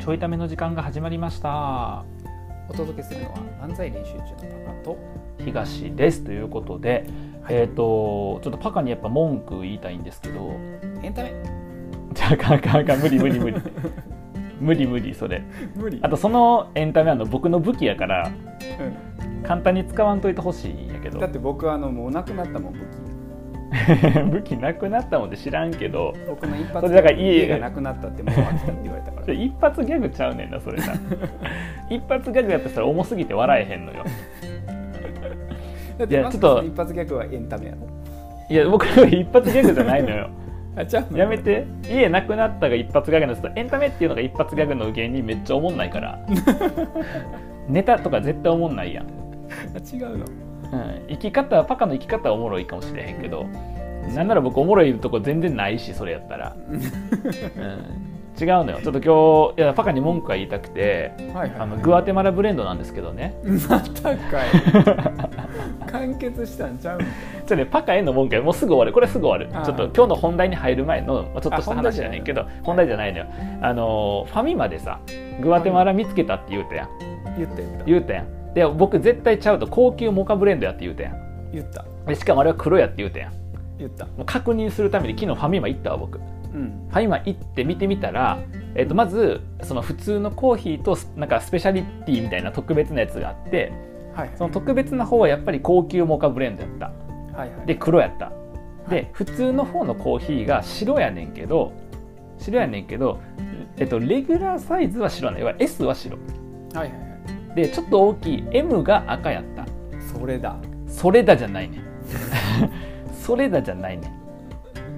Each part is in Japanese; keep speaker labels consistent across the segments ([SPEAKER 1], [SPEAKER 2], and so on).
[SPEAKER 1] ちょいための時間が始まりました
[SPEAKER 2] お届けするのは漫才練習中のパパと
[SPEAKER 1] 東ですということで、えっ、とちょっとパカにやっぱ文句言いたいんですけど
[SPEAKER 2] エンタメ
[SPEAKER 1] じゃあかんあかんあかん無理無理 無理無理無理それ
[SPEAKER 2] 無理
[SPEAKER 1] あとそのエンタメはあの僕の武器やから
[SPEAKER 2] う
[SPEAKER 1] 簡単に使わんといてほしいんやけ
[SPEAKER 2] ん
[SPEAKER 1] ど
[SPEAKER 2] だって僕はあのもうなくなったもん武器
[SPEAKER 1] 武器なくなったもんで知らんけど
[SPEAKER 2] 僕の一
[SPEAKER 1] そ
[SPEAKER 2] 発
[SPEAKER 1] れだから家
[SPEAKER 2] 家がなくなったってもう飽きたって言われたから
[SPEAKER 1] 一発ギャグちゃうねんなそれ な一発ギャグやったらそれ重すぎて笑えへんのよ
[SPEAKER 2] だっ
[SPEAKER 1] い
[SPEAKER 2] て
[SPEAKER 1] や
[SPEAKER 2] マス
[SPEAKER 1] ちょっ
[SPEAKER 2] の
[SPEAKER 1] と
[SPEAKER 2] 一発ギャグはエンタメやろ
[SPEAKER 1] いや僕の一発ギャグじゃないのよ
[SPEAKER 2] あちゃうの
[SPEAKER 1] やめて家なくなったが一発ギャグのやつとエンタメっていうのが一発ギャグの芸人めっちゃおもんないから ネタとか絶対おもんないやん、
[SPEAKER 2] あ違うの
[SPEAKER 1] うん、生き方はパカの生き方はおもろいかもしれへんけどなんなら僕おもろいとこ全然ないしそれやったら、うん、違うのよちょっと今日いやパカに文句は言いたくて
[SPEAKER 2] はいはい
[SPEAKER 1] あの
[SPEAKER 2] はい
[SPEAKER 1] グアテマラブレンドなんですけどね
[SPEAKER 2] ま たかい完結したんちゃうんか
[SPEAKER 1] ちょっとねパカへの文句はもうすぐ終わるこれすぐ終わ
[SPEAKER 2] あ
[SPEAKER 1] る
[SPEAKER 2] ー
[SPEAKER 1] ちょっと今日の本題に入る前のまあちょっとした
[SPEAKER 2] あ本題
[SPEAKER 1] 話
[SPEAKER 2] じ
[SPEAKER 1] じ
[SPEAKER 2] ゃな
[SPEAKER 1] ゃ
[SPEAKER 2] い
[SPEAKER 1] ないけど本題じゃないのよあのーファミマでさグアテマラ見つけたって言うたやん
[SPEAKER 2] 言った言った
[SPEAKER 1] 言うたやんで僕絶対ちゃうと高級モカブレンドやって言うたやん
[SPEAKER 2] 言った
[SPEAKER 1] でしかもあれは黒やって言うたやん
[SPEAKER 2] 言った
[SPEAKER 1] もう確認するために昨日ファミマ行ったわ僕フ
[SPEAKER 2] うん
[SPEAKER 1] ァミマ行って見てみたら、えっとまずその普通のコーヒーとスなんかスペシャリティみたいな特別なやつがあって
[SPEAKER 2] はい
[SPEAKER 1] その特別な方はやっぱり高級モカブレンドやった
[SPEAKER 2] はいはい
[SPEAKER 1] で黒やったで普通の方のコーヒーが白やねんけど白やねんけど、えっと、レギュラーサイズは白ないわゆる S は白
[SPEAKER 2] はいはいはい
[SPEAKER 1] でちょっと大きい M が赤やった
[SPEAKER 2] それだ
[SPEAKER 1] それだじゃないねん それだじゃないね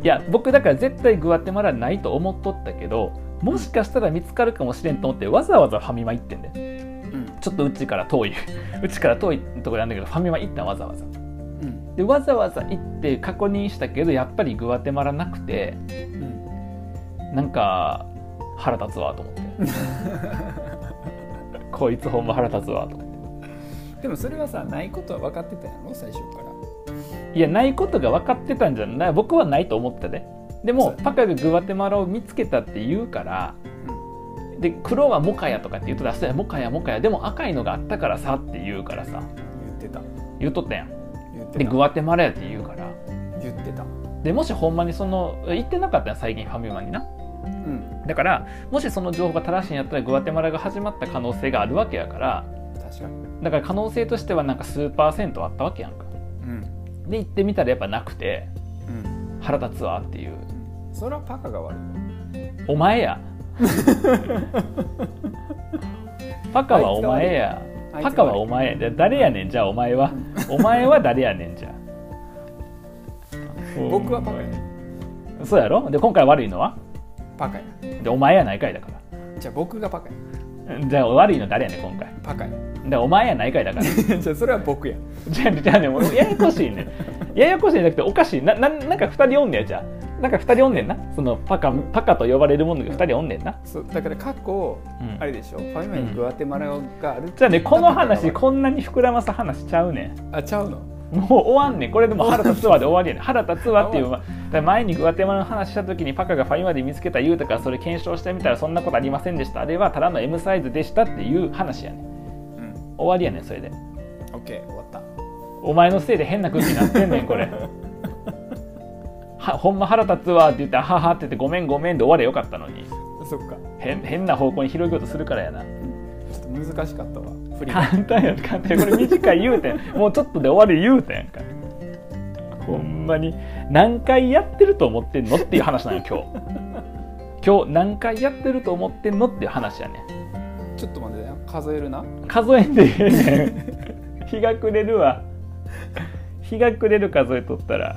[SPEAKER 1] んいや僕だから絶対グアテマラないと思っとったけどもしかしたら見つかるかもしれんと思ってわざわざファミマ行ってんで
[SPEAKER 2] うん
[SPEAKER 1] ちょっとうちから遠い うちから遠いところなんだけどファミマ行ったんわざわざ
[SPEAKER 2] うん
[SPEAKER 1] でわざわざ行って確認したけどやっぱりグアテマラなくて
[SPEAKER 2] うん
[SPEAKER 1] なんか腹立つわと思って こいつほんま腹立つわと思っ
[SPEAKER 2] でもそれはさないことは分かってたやろ最初から
[SPEAKER 1] ていやないことが分かってたんじゃない僕はないと思ったでで
[SPEAKER 2] そう
[SPEAKER 1] も
[SPEAKER 2] やね
[SPEAKER 1] パカがグアテマラを見つけたって言うからで黒はモカヤとかって言うとたそうやモカヤモカヤでも赤いのがあったからさって言うからさ
[SPEAKER 2] 言ってた
[SPEAKER 1] 言うとったやん
[SPEAKER 2] 言って
[SPEAKER 1] で
[SPEAKER 2] た
[SPEAKER 1] グアテマラやって言うから
[SPEAKER 2] 言ってた
[SPEAKER 1] でもしほんまにその行ってなかったやん最近ファミマにな
[SPEAKER 2] うん
[SPEAKER 1] だからもしその情報が正しいんやったらグアテマラが始まった可能性があるわけやから
[SPEAKER 2] 確かに
[SPEAKER 1] だから可能性としてはなんか数パーセントあったわけやんか
[SPEAKER 2] うん
[SPEAKER 1] で行ってみたらやっぱなくて腹立つわっていう
[SPEAKER 2] うんそれはパカが悪いわ
[SPEAKER 1] お前 やパカはお前や
[SPEAKER 2] あいつが悪い
[SPEAKER 1] パカはお前やで誰やねんじゃあお前 はお前は誰やねんじゃあ
[SPEAKER 2] 僕はパカや
[SPEAKER 1] そうやろで今回悪いのは
[SPEAKER 2] パカや
[SPEAKER 1] でお前やないかいだか
[SPEAKER 2] じゃあ僕がパカや
[SPEAKER 1] らじゃあ悪いの誰やねん今回
[SPEAKER 2] パカや
[SPEAKER 1] でお前やないかいだから
[SPEAKER 2] じゃあそれは僕や
[SPEAKER 1] じゃあね、じゃあね、もうややこしいね。ややこしいじゃなくて、おかしい。な、ななんか二人おんねや、じゃあ。なんか二人おんねんな。そのパカ、パカと呼ばれるものが二人おんねんな。
[SPEAKER 2] そうだから過去、
[SPEAKER 1] うん
[SPEAKER 2] あれでしょファミマにグアテマラがある
[SPEAKER 1] じゃあね、この話、
[SPEAKER 2] こ
[SPEAKER 1] こんなに膨らます話ちゃうね
[SPEAKER 2] あちゃうの
[SPEAKER 1] ん。もう終わんねん。これでも腹立つわで終わりやねん。腹立つわっていう。まだから前にグアテマラの話した時にパカがファイマで見つけた言うとからそれ検証してみたらそんなことありませんでした。あれはただの M サイズでしたっていう話やねん。
[SPEAKER 2] うん
[SPEAKER 1] 終わりやねん、それで。
[SPEAKER 2] オッケー終わった
[SPEAKER 1] お前のせいで変な空気になってんねんこれはほんま腹立つわって言って「あはは」って言って「ごめんごめん」で終われよかったのに
[SPEAKER 2] そっか
[SPEAKER 1] 変変な方向に広げようとするからやな
[SPEAKER 2] ちょっと難しかったわ振りが
[SPEAKER 1] 簡単やん簡単やこれ短い言うてんもうちょっとで終わる言うてんやんか ほんまに何回やってると思ってんのっていう話なんよ今日今日何回やってると思ってんのっていう話やね
[SPEAKER 2] ちょっと待ってね数えるな
[SPEAKER 1] 数えんでええねん日が暮れるわ日が暮れる数えとったら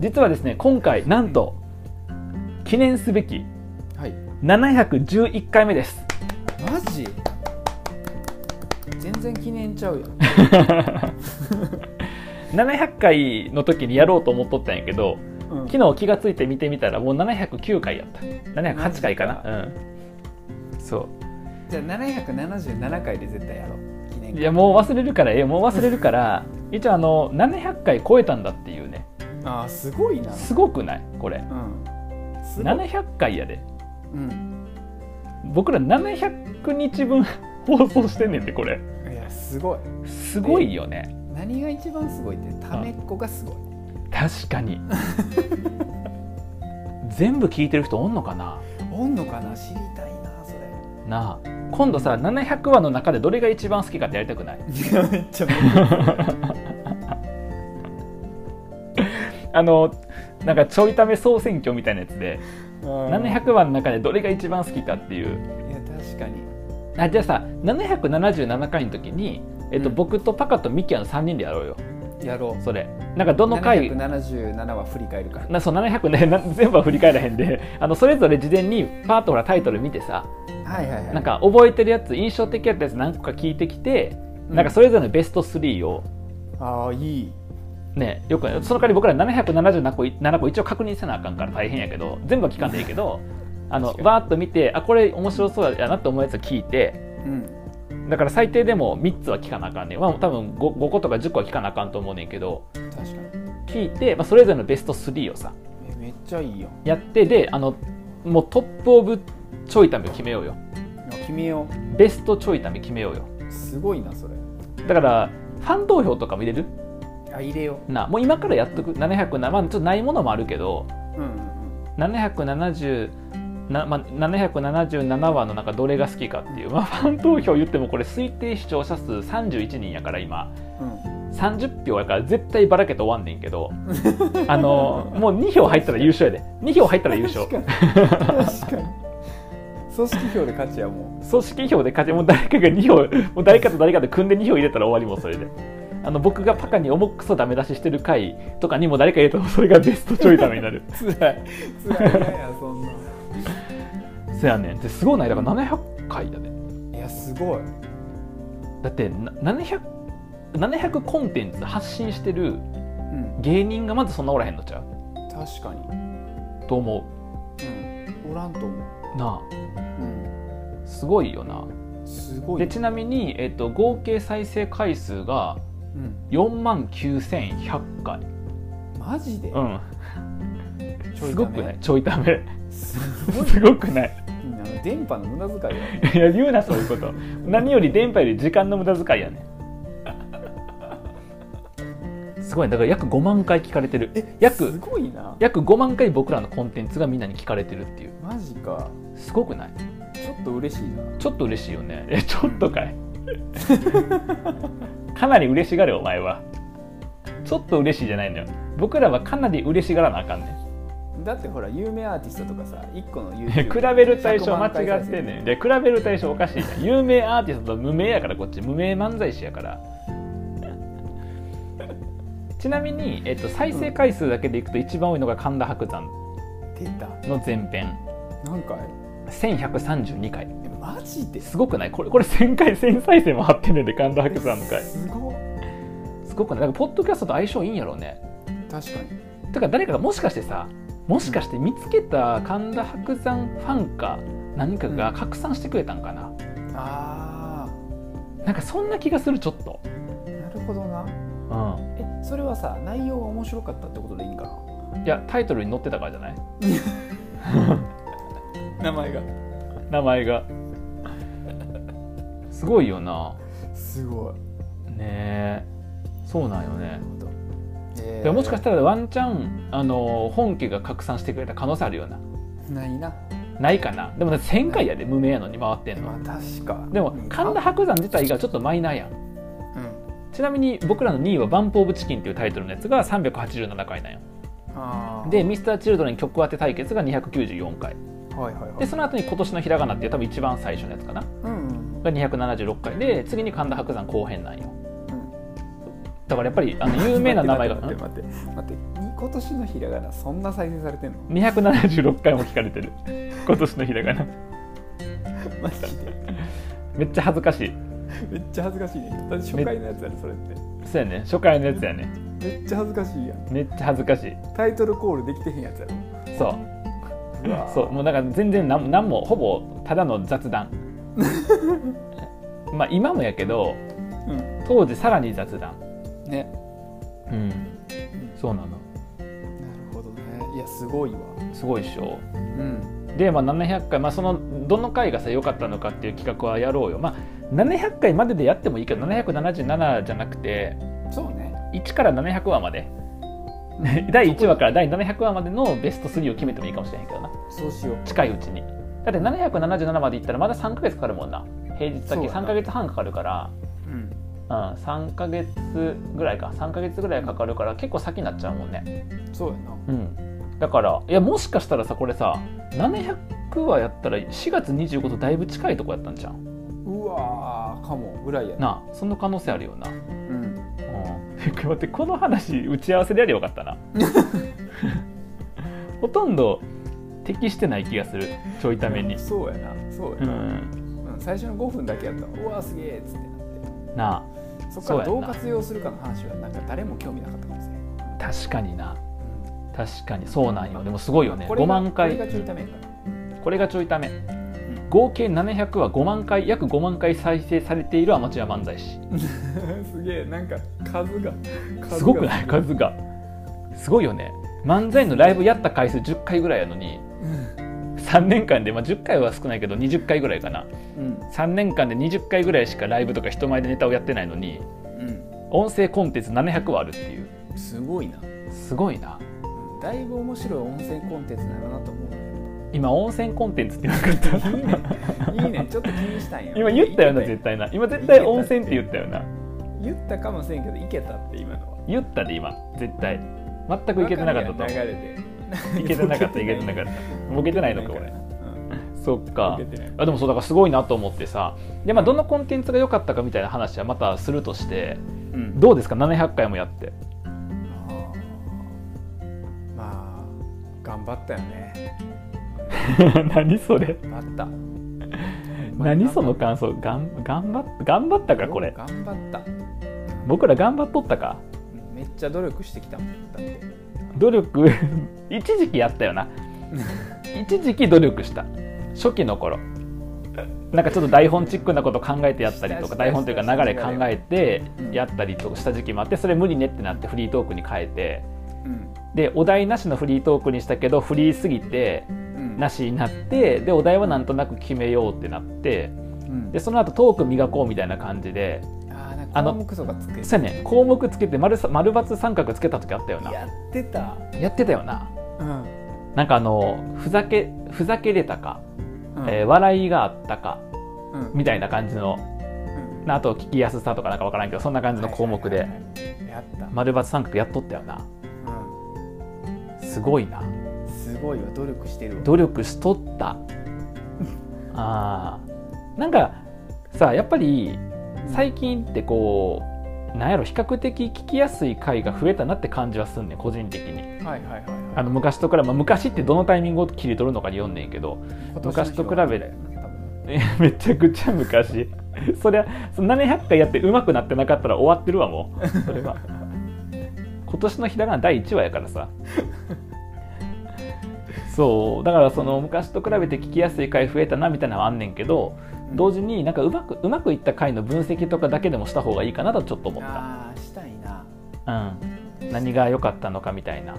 [SPEAKER 1] 実はですね今回なんと記念すべき
[SPEAKER 2] はい
[SPEAKER 1] 711回目です
[SPEAKER 2] マジ全然記念ちゃうやん
[SPEAKER 1] 700回の時にやろうと思っとったんやけど
[SPEAKER 2] うん
[SPEAKER 1] 昨日気がついて見てみたらもう709回やった708回かなうんそ
[SPEAKER 2] じゃあ777回で絶対やろう記念
[SPEAKER 1] うい
[SPEAKER 2] 会
[SPEAKER 1] やもう忘れるからええもう忘れるから 一応あの700回超えたんだっていうね
[SPEAKER 2] あーすごいな
[SPEAKER 1] すごくないこれ
[SPEAKER 2] うんすごい
[SPEAKER 1] 700回やで
[SPEAKER 2] うん
[SPEAKER 1] 僕ら700日分 放送してんねんでこれ
[SPEAKER 2] いやすごい
[SPEAKER 1] すごいよね
[SPEAKER 2] 何が一番すごいってためっこがすごい
[SPEAKER 1] 確かに 全部聞いてる人おんのかな
[SPEAKER 2] おんのかな知りたいなそれ
[SPEAKER 1] なあ今度さ700話の中でどれが一番好きかってやりたくない
[SPEAKER 2] いやめっちゃ無
[SPEAKER 1] あのなんかちょいため総選挙みたいなやつで
[SPEAKER 2] 理
[SPEAKER 1] 700話の中でどれが一番好きかっていう
[SPEAKER 2] いや確かに
[SPEAKER 1] あじゃあさ777回の時に、えっと
[SPEAKER 2] うん
[SPEAKER 1] 僕とパカとミキアの3人でやろうよ
[SPEAKER 2] やろう
[SPEAKER 1] それなんかどの回
[SPEAKER 2] 777は振り返るから
[SPEAKER 1] なそう700ねな 全部は振り返らへんであのそれぞれ事前にパーッとほらタイトル見てさ
[SPEAKER 2] はいはいはい
[SPEAKER 1] なんか覚えてるやつ印象的やったやつ何個か聞いてきて、
[SPEAKER 2] うん
[SPEAKER 1] なんかそれぞれのベスト3を
[SPEAKER 2] ああいい
[SPEAKER 1] ねよくその代わり僕ら777個7個一応確認せなあかんから大変やけど全部は聞かんでいいけ どあの
[SPEAKER 2] 確かに
[SPEAKER 1] わーっと見てあこれ面白そうやなって思うやつを聞いて
[SPEAKER 2] うん
[SPEAKER 1] だから最低でも3つは聞かなあかんねん、まあ、多分 5, 5個とか10個は聞かなあかんと思うねんけど
[SPEAKER 2] 確か
[SPEAKER 1] 聞
[SPEAKER 2] に
[SPEAKER 1] いて、まあ、それぞれのベスト3をさ
[SPEAKER 2] えめっちゃいいよ
[SPEAKER 1] やってであのもうトップ・オブ・ちょいためを決めようよ
[SPEAKER 2] 決めよ
[SPEAKER 1] ベストちょいため決めようよ
[SPEAKER 2] うすごいなそれ
[SPEAKER 1] だからファン投票とかも入れる
[SPEAKER 2] あ入れよ
[SPEAKER 1] なもう今からやっとく707、まあ、ちょっとないものもあるけど
[SPEAKER 2] ううんうん
[SPEAKER 1] 770なまあ、777話の中どれが好きかっていう、まあ、ファン投票言ってもこれ推定視聴者数31人やから今
[SPEAKER 2] うんうん
[SPEAKER 1] 30票やから絶対ばらけて終わんねんけどあのもう2票入ったら優勝やで2票入ったら優勝
[SPEAKER 2] 確かに確かに組織票で勝ちやも
[SPEAKER 1] 組織票で勝ちもう誰かが2票もう誰かと誰かで組んで2票入れたら終わりもうそれであの僕がパカに重くそダメ出ししてる回とかにも誰か入れたらそれがベストちょいためにな る
[SPEAKER 2] うつらいつらい嫌やそんな
[SPEAKER 1] そやねんですごいないだから700回だね
[SPEAKER 2] いやすごい
[SPEAKER 1] だってな 700, 700コンテンツ発信してる
[SPEAKER 2] うん
[SPEAKER 1] 芸人がまずそんなおらへんのちゃう
[SPEAKER 2] 確かに
[SPEAKER 1] と思
[SPEAKER 2] うんおらんと思う
[SPEAKER 1] うな
[SPEAKER 2] う
[SPEAKER 1] あすごいよなん
[SPEAKER 2] すごい
[SPEAKER 1] でちなみに、えっと、合計再生回数が
[SPEAKER 2] うん
[SPEAKER 1] 4万9100回
[SPEAKER 2] マジで
[SPEAKER 1] うん
[SPEAKER 2] ちょ
[SPEAKER 1] す
[SPEAKER 2] い
[SPEAKER 1] ご
[SPEAKER 2] だ
[SPEAKER 1] くな
[SPEAKER 2] ね
[SPEAKER 1] いちょいため
[SPEAKER 2] す
[SPEAKER 1] すごくない
[SPEAKER 2] ごいな電波の無駄遣いや
[SPEAKER 1] いや言うなそういうこと何より電波より時間の無駄遣いやねすごいだから約5万回聞かれてる
[SPEAKER 2] す
[SPEAKER 1] 約
[SPEAKER 2] ごいな
[SPEAKER 1] 約5万回僕らのコンテンツがみんなに聞かれてるっていう
[SPEAKER 2] マジか
[SPEAKER 1] すごくない
[SPEAKER 2] ちょっと嬉しいな
[SPEAKER 1] ちょっと嬉しいよねえちょっとかいかなり嬉しがるお前はちょっと嬉しいじゃないんだよ僕らはかなり嬉しがらなあかんねん
[SPEAKER 2] だってほら有名アーティストとかさ一個の
[SPEAKER 1] いや
[SPEAKER 2] YouTube
[SPEAKER 1] 比べる対象間
[SPEAKER 2] 100万
[SPEAKER 1] 違
[SPEAKER 2] 回
[SPEAKER 1] っ
[SPEAKER 2] 再生
[SPEAKER 1] てんねんで比べる対象おかしいじゃん有名アーティストと無名やからこっち無名漫才師や からちなみに、えっと、再生回数だけでいくと一番多いのが神田伯山
[SPEAKER 2] 出た
[SPEAKER 1] の前編
[SPEAKER 2] 何回
[SPEAKER 1] 1132回
[SPEAKER 2] えマジです
[SPEAKER 1] ごくないこれこれ1000回1000再生もあってんねんで神田伯山の回
[SPEAKER 2] えすごい
[SPEAKER 1] すごくないなんかポッドキャストと相性いいんやろうね
[SPEAKER 2] 確かに
[SPEAKER 1] だから誰かがもしかしてさもしかして見つけた神田伯山ファンか何かが拡散してくれたんかな、
[SPEAKER 2] あ
[SPEAKER 1] なんかそんな気がするちょっと、
[SPEAKER 2] あなるほどな
[SPEAKER 1] う
[SPEAKER 2] えそれはさ内容が面白かったってことでいいんか
[SPEAKER 1] ん、いやタイトルに載ってたからじゃない
[SPEAKER 2] な名前が
[SPEAKER 1] 名前が すごいよな
[SPEAKER 2] すごい
[SPEAKER 1] ねえそうなんよね
[SPEAKER 2] なるほどえ
[SPEAKER 1] でももしかしたらワンチャンあの本家が拡散してくれた可能性あるような
[SPEAKER 2] たらないな
[SPEAKER 1] ないかなでもね1000回やで無名やのに回ってん
[SPEAKER 2] まあ
[SPEAKER 1] の
[SPEAKER 2] 確か
[SPEAKER 1] でも神田伯山自体がちょっとマイナーやんちなみに僕らの2位は「バンプ・オブ・チキン」っていうタイトルのやつが387回なんよ
[SPEAKER 2] あー
[SPEAKER 1] で Mr.Children 曲当て対決が294回
[SPEAKER 2] はいはいは
[SPEAKER 1] で
[SPEAKER 2] い
[SPEAKER 1] その後に「今年のひらがな」っていう多分一番最初のやつかな
[SPEAKER 2] うんうん
[SPEAKER 1] が276回で次に神田伯山後編なんよだからやっぱりあの有名な名前が
[SPEAKER 2] 待って待って待って待ってに今年のひらがなそんな再生されてんの
[SPEAKER 1] 276回も聞かれてる 今年のひらがな
[SPEAKER 2] マジで
[SPEAKER 1] めっちゃ恥ずかしい
[SPEAKER 2] めっちゃ恥ずかしいねだって初回のやつやろそれって
[SPEAKER 1] そうやね初回のやつやね
[SPEAKER 2] めっちゃ恥ずかしいやん
[SPEAKER 1] めっちゃ恥ずかしい
[SPEAKER 2] タイトルコールできてへんやつやろ
[SPEAKER 1] そう
[SPEAKER 2] うわ
[SPEAKER 1] そうもうなんか全然なんなんもほぼただの雑談 まあ今もやけど
[SPEAKER 2] うん
[SPEAKER 1] 当時さらに雑談
[SPEAKER 2] ね
[SPEAKER 1] うんそうなの
[SPEAKER 2] なるほどねいやすごいわ
[SPEAKER 1] すごいっしょ
[SPEAKER 2] うん
[SPEAKER 1] で、まあ、700回、まあ、そのどの回がさ良かったのかっていう企画はやろうよ、まあ、700回まででやってもいいけど777じゃなくて
[SPEAKER 2] そうね
[SPEAKER 1] 1から700話まで 第1話から第700話までのベスト3を決めてもいいかもしれへんけどな
[SPEAKER 2] そうしよう
[SPEAKER 1] 近いうちにだって777までいったらまだ3ヶ月かかるもんな平日だ
[SPEAKER 2] そう
[SPEAKER 1] け
[SPEAKER 2] やな
[SPEAKER 1] 3ヶ月半かかるから
[SPEAKER 2] うん
[SPEAKER 1] うん、3ヶ月ぐらいか3ヶ月ぐらいかかるから結構先になっちゃうもんね
[SPEAKER 2] そうやな
[SPEAKER 1] うんだからいやもしかしたらさこれさ700話やったら4月25とだいぶ近いとこやったんじゃん
[SPEAKER 2] うわーかもぐらいやな
[SPEAKER 1] なあその可能性あるよな、うん、
[SPEAKER 2] うん
[SPEAKER 1] えこれ 待ってこの話打ち合わせでやりゃよかったな ほとんど適してない気がするちょいために
[SPEAKER 2] そうやなそうや
[SPEAKER 1] う
[SPEAKER 2] な、
[SPEAKER 1] ん
[SPEAKER 2] うん最初の5分だけやったらうわーすげえっつってなっ
[SPEAKER 1] なあ
[SPEAKER 2] てそこから
[SPEAKER 1] そうや
[SPEAKER 2] どうん
[SPEAKER 1] な
[SPEAKER 2] 活用するかの話はなんか誰も興味なかったかもしれない
[SPEAKER 1] 確かにな確かにそうなんよでもすごいよね
[SPEAKER 2] これ
[SPEAKER 1] 5
[SPEAKER 2] が
[SPEAKER 1] 万
[SPEAKER 2] こ
[SPEAKER 1] 回
[SPEAKER 2] れがちょいためやから
[SPEAKER 1] これがちょいため合計700は5万回約5万回再生されているアマチュア漫才師
[SPEAKER 2] すげえなんか数が
[SPEAKER 1] すごくないい 数がすごいよね漫才のライブやった回数10回ぐらいやのに3年間で、まあ、10回は少ないけど20回ぐらいかな
[SPEAKER 2] うん
[SPEAKER 1] 3年間で20回ぐらいしかライブとか人前でネタをやってないのに
[SPEAKER 2] う
[SPEAKER 1] 音声コンテンツ700はあるっていうん
[SPEAKER 2] すごいな
[SPEAKER 1] すごいな
[SPEAKER 2] だいぶ面白い音声コンテンツなのなと思 う
[SPEAKER 1] 今温泉コンテンツって言わな かった
[SPEAKER 2] いいねいいねちょっと気にしたんや
[SPEAKER 1] 今言ったよな絶対な今絶対温泉って言ったよな
[SPEAKER 2] 言ったかもしれんけどいけたって今のは
[SPEAKER 1] 言ったで今絶対全くいけてなかったと思う
[SPEAKER 2] 流れで
[SPEAKER 1] いけてなかったいけてなか ったボケてないのか
[SPEAKER 2] これ
[SPEAKER 1] 俺そっか
[SPEAKER 2] ボケてない
[SPEAKER 1] あでもそうだからすごいなと思ってさで、まあ、どのコンテンツが良かったかみたいな話はまたするとして
[SPEAKER 2] うん
[SPEAKER 1] どうですか700回もやって
[SPEAKER 2] あーまあ頑張ったよね
[SPEAKER 1] 何それ
[SPEAKER 2] 頑張 った
[SPEAKER 1] 何その感想がん頑張っ頑張ったかこれ
[SPEAKER 2] 頑張った
[SPEAKER 1] 僕ら頑張っとったか
[SPEAKER 2] めっちゃ努力してきたもんだって
[SPEAKER 1] 努力 一時期やったよな一時期努力した初期の頃なんかちょっと台本チックなこと考えてやったりとか
[SPEAKER 2] したした
[SPEAKER 1] 台本というか流れ考えて
[SPEAKER 2] うん
[SPEAKER 1] やったりとかした時期もあってそれ無理ねってなってフリートークに変えて
[SPEAKER 2] うん
[SPEAKER 1] でお題なしのフリートークにしたけどフリーすぎて
[SPEAKER 2] うん
[SPEAKER 1] なしになってでお題はなんとなく決めようってなって
[SPEAKER 2] うん
[SPEAKER 1] でその後トーク磨こうみたいな感じで
[SPEAKER 2] あーなん
[SPEAKER 1] あ
[SPEAKER 2] か
[SPEAKER 1] の
[SPEAKER 2] 項目とかつけ
[SPEAKER 1] そうやね項目つけて丸さ丸×三角つけた時あったよな
[SPEAKER 2] やってた
[SPEAKER 1] やってたよな
[SPEAKER 2] うん
[SPEAKER 1] なんかあのふざけふざけれたか、
[SPEAKER 2] うん
[SPEAKER 1] えー笑いがあったか
[SPEAKER 2] うん
[SPEAKER 1] みたいな感じの
[SPEAKER 2] うん
[SPEAKER 1] あと聞きやすさとかなんかわからんけどそんな感じの項目
[SPEAKER 2] はい
[SPEAKER 1] で
[SPEAKER 2] はいはいやった、
[SPEAKER 1] 丸×三角やっとったよなすごいな
[SPEAKER 2] うんすごいわ努力してるわ
[SPEAKER 1] 努力しとったあーなんかさやっぱり最近ってこうなんやろ比較的聞きやすい回が増えたなって感じはすんねん個人的に
[SPEAKER 2] はいはいはいはい
[SPEAKER 1] あの昔と比べ、まあ、昔ってどのタイミングを切り取るのかによんねんけど
[SPEAKER 2] 今年の
[SPEAKER 1] 昔と比べて
[SPEAKER 2] 人は多分
[SPEAKER 1] えめちゃくちゃ昔 そりゃその700回やって上手くなってなかったら終わってるわもうそれは 今年のひらがな第1話やからさそうだからその昔と比べて聞きやすい回増えたなみたいなのはあんねんけど同時になんかうまくうまくいった回の分析とかだけでもした方がいいかなとちょっと思った、
[SPEAKER 2] ああしたいな
[SPEAKER 1] うん、何が良かったのかみたいな
[SPEAKER 2] う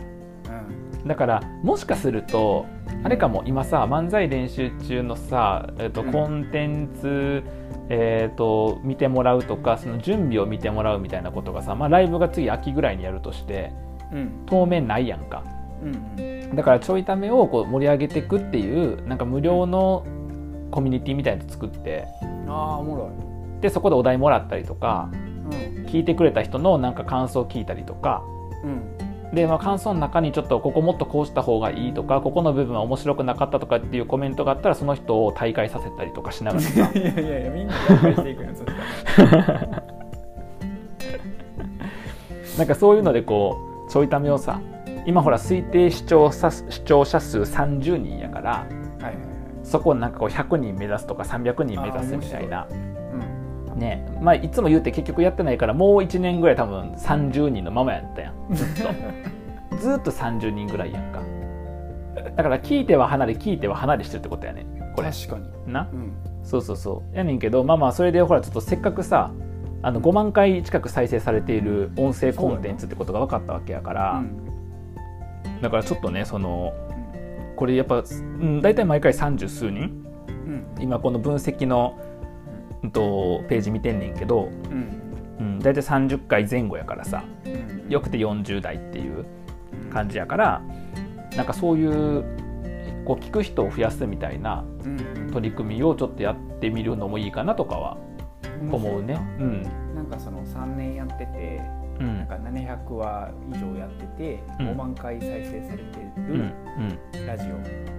[SPEAKER 2] ん
[SPEAKER 1] だからもしかするとあれかも今さ漫才練習中のさ、えっと
[SPEAKER 2] うん
[SPEAKER 1] コンテンツ、えっと見てもらうとかその準備を見てもらうみたいなことがさ、まあ、ライブが次秋ぐらいにやるとして
[SPEAKER 2] うん
[SPEAKER 1] 当面ないやんか
[SPEAKER 2] うん
[SPEAKER 1] だからちょいためをこう盛り上げていくっていうなんか無料のコミュニティみたいなの作って
[SPEAKER 2] うんああおもろ
[SPEAKER 1] でそこでお題もらったりとか
[SPEAKER 2] いうん
[SPEAKER 1] 聞いてくれた人のなんか感想を聞いたりとか
[SPEAKER 2] うん
[SPEAKER 1] で、まあ、感想の中にちょっとここもっとこうした方がいいとかここの部分は面白くなかったとかっていうコメントがあったらその人を大会させたりとかしながら
[SPEAKER 2] いやいやいやみんな紹介していくやんそしたら
[SPEAKER 1] なんかそういうのでこうちょいためをさ今ほら推定視聴者数視聴者数30人やから
[SPEAKER 2] はいはい
[SPEAKER 1] そこをなんかこう100人目指すとか300人目指すみたいな
[SPEAKER 2] は
[SPEAKER 1] ねまあいつも言うて結局やってないからもう1年ぐらい多分30人のままやったやんずっとずっと30人ぐらいやんかだから聞いては離れ聞いては離れしてるってことやね
[SPEAKER 2] い
[SPEAKER 1] これ
[SPEAKER 2] 確かに
[SPEAKER 1] な
[SPEAKER 2] うん
[SPEAKER 1] そうそうそうやねんけどまあまあそれでほらちょっとせっかくさあの5万回近く再生されている音声コンテンツってことが分かったわけやから、だからちょっとねそのこれやっぱ、うん、大体毎回三十数人
[SPEAKER 2] うん
[SPEAKER 1] 今この分析の、うん、とページ見てんねんけど、
[SPEAKER 2] うん
[SPEAKER 1] うん、大体30回前後やからさ
[SPEAKER 2] うん
[SPEAKER 1] よくて40代っていう感じやからなんかそういうこう聞く人を増やすみたいな
[SPEAKER 2] うん
[SPEAKER 1] 取り組みをちょっとやってみるのもいいかなとかは思うね。うん
[SPEAKER 2] なんかその3年やってて
[SPEAKER 1] う
[SPEAKER 2] なん
[SPEAKER 1] ん
[SPEAKER 2] か700話以上やってて
[SPEAKER 1] うん
[SPEAKER 2] 5万回再生されて
[SPEAKER 1] うん
[SPEAKER 2] るラジオ、要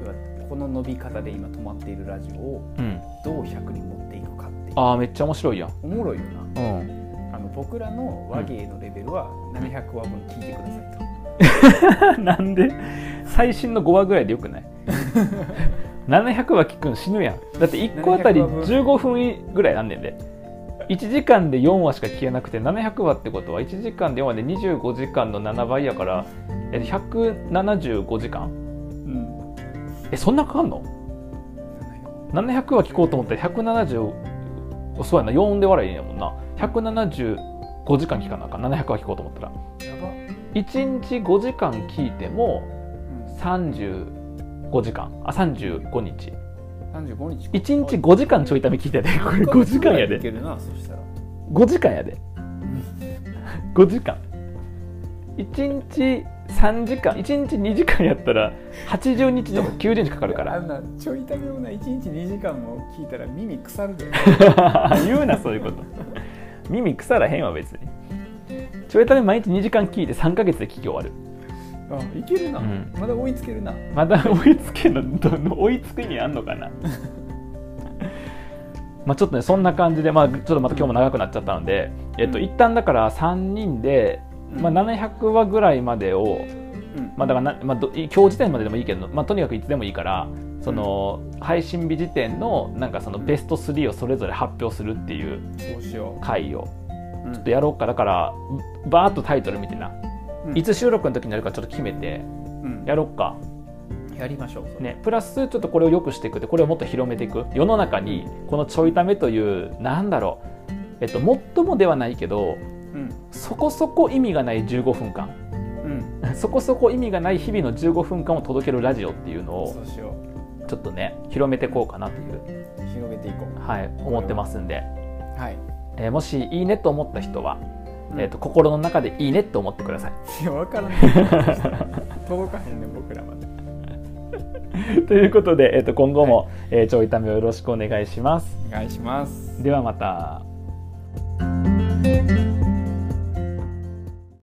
[SPEAKER 2] はこの伸び方で今止まっているラジオを
[SPEAKER 1] うんうん、
[SPEAKER 2] どう100に持っていくかっていう
[SPEAKER 1] あーめっちゃ面白いやん。
[SPEAKER 2] おもろいよな
[SPEAKER 1] うん、
[SPEAKER 2] あの僕らの和芸のレベルは700話分聞いてください と。
[SPEAKER 1] なんで最新の5話ぐらいでよく ない700話聞くの死ぬやんだって1個あたり
[SPEAKER 2] 700話分
[SPEAKER 1] 15分ぐらいなんねんで1時間で4話しか聞けなくて700話ってことは1時間で4話で25時間の7倍やからえ175時間
[SPEAKER 2] うん、
[SPEAKER 1] えそんなかかんの ?700 話聞こうと思ったら170そうやな4で笑いやもんな175時間聞かなあかん700話聞こうと思ったら
[SPEAKER 2] やば、
[SPEAKER 1] 1日5時間聞いても
[SPEAKER 2] うん、
[SPEAKER 1] 35時間あ35日
[SPEAKER 2] 35日か
[SPEAKER 1] 1日5時間ちょいため聞いたでこれ5時間や
[SPEAKER 2] い
[SPEAKER 1] で
[SPEAKER 2] けるなそしたら
[SPEAKER 1] 5時間やで5時間1日3時間1日2時間やったら80日とか90日かかるか
[SPEAKER 2] あ
[SPEAKER 1] ら
[SPEAKER 2] んなちょいためもな1日2時間も聞いたら耳腐るで
[SPEAKER 1] 言うなそういうこと耳腐らへんわ別にちょいため毎日2時間聞いて3ヶ月で聞き終わる
[SPEAKER 2] あいけるな、
[SPEAKER 1] うん
[SPEAKER 2] まだ追いつけるな
[SPEAKER 1] まだ追いつけのどの追いつく意味あんのか なまあちょっとねそんな感じで、まあ、ちょっとまた今日も長くなっちゃったので、えっと、
[SPEAKER 2] うん
[SPEAKER 1] 一旦だから3人で、まあ、700話ぐらいまでを、
[SPEAKER 2] うん
[SPEAKER 1] まあだからなまあ、ど今日時点まででもいいけど、まあ、とにかくいつでもいいからその配信日時点のなんかそのベスト3をそれぞれ発表するっていう
[SPEAKER 2] そうしよ
[SPEAKER 1] 回を
[SPEAKER 2] う、うん
[SPEAKER 1] ちょっとやろうかだからバーッとタイトル見てな、
[SPEAKER 2] うん
[SPEAKER 1] いつ収録の時になるかちょっと決めて
[SPEAKER 2] うん
[SPEAKER 1] やろうか。
[SPEAKER 2] やりましょうそれ
[SPEAKER 1] ね、プラスちょっとこれを良くしていくってこれをもっと広めていく世の中にこのちょいためというなんだろう、えっと、最もではないけど
[SPEAKER 2] うん
[SPEAKER 1] そこそこ意味がない15分間
[SPEAKER 2] うん
[SPEAKER 1] そこそこ意味がない日々の15分間を届けるラジオっていうの
[SPEAKER 2] そ
[SPEAKER 1] を
[SPEAKER 2] うしよう
[SPEAKER 1] ちょっとね広めていこうかなという、
[SPEAKER 2] 広げていこう
[SPEAKER 1] はい、思ってますんで、
[SPEAKER 2] はい、
[SPEAKER 1] えーもしいいねと思った人は、
[SPEAKER 2] うん
[SPEAKER 1] えっと心の中でいいねと思ってください。
[SPEAKER 2] いや分からない届かへんね僕らまで
[SPEAKER 1] ということで、えっと今後も、えーちょいためをよろしくお願いします。
[SPEAKER 2] お願いします
[SPEAKER 1] ではまた。
[SPEAKER 2] 「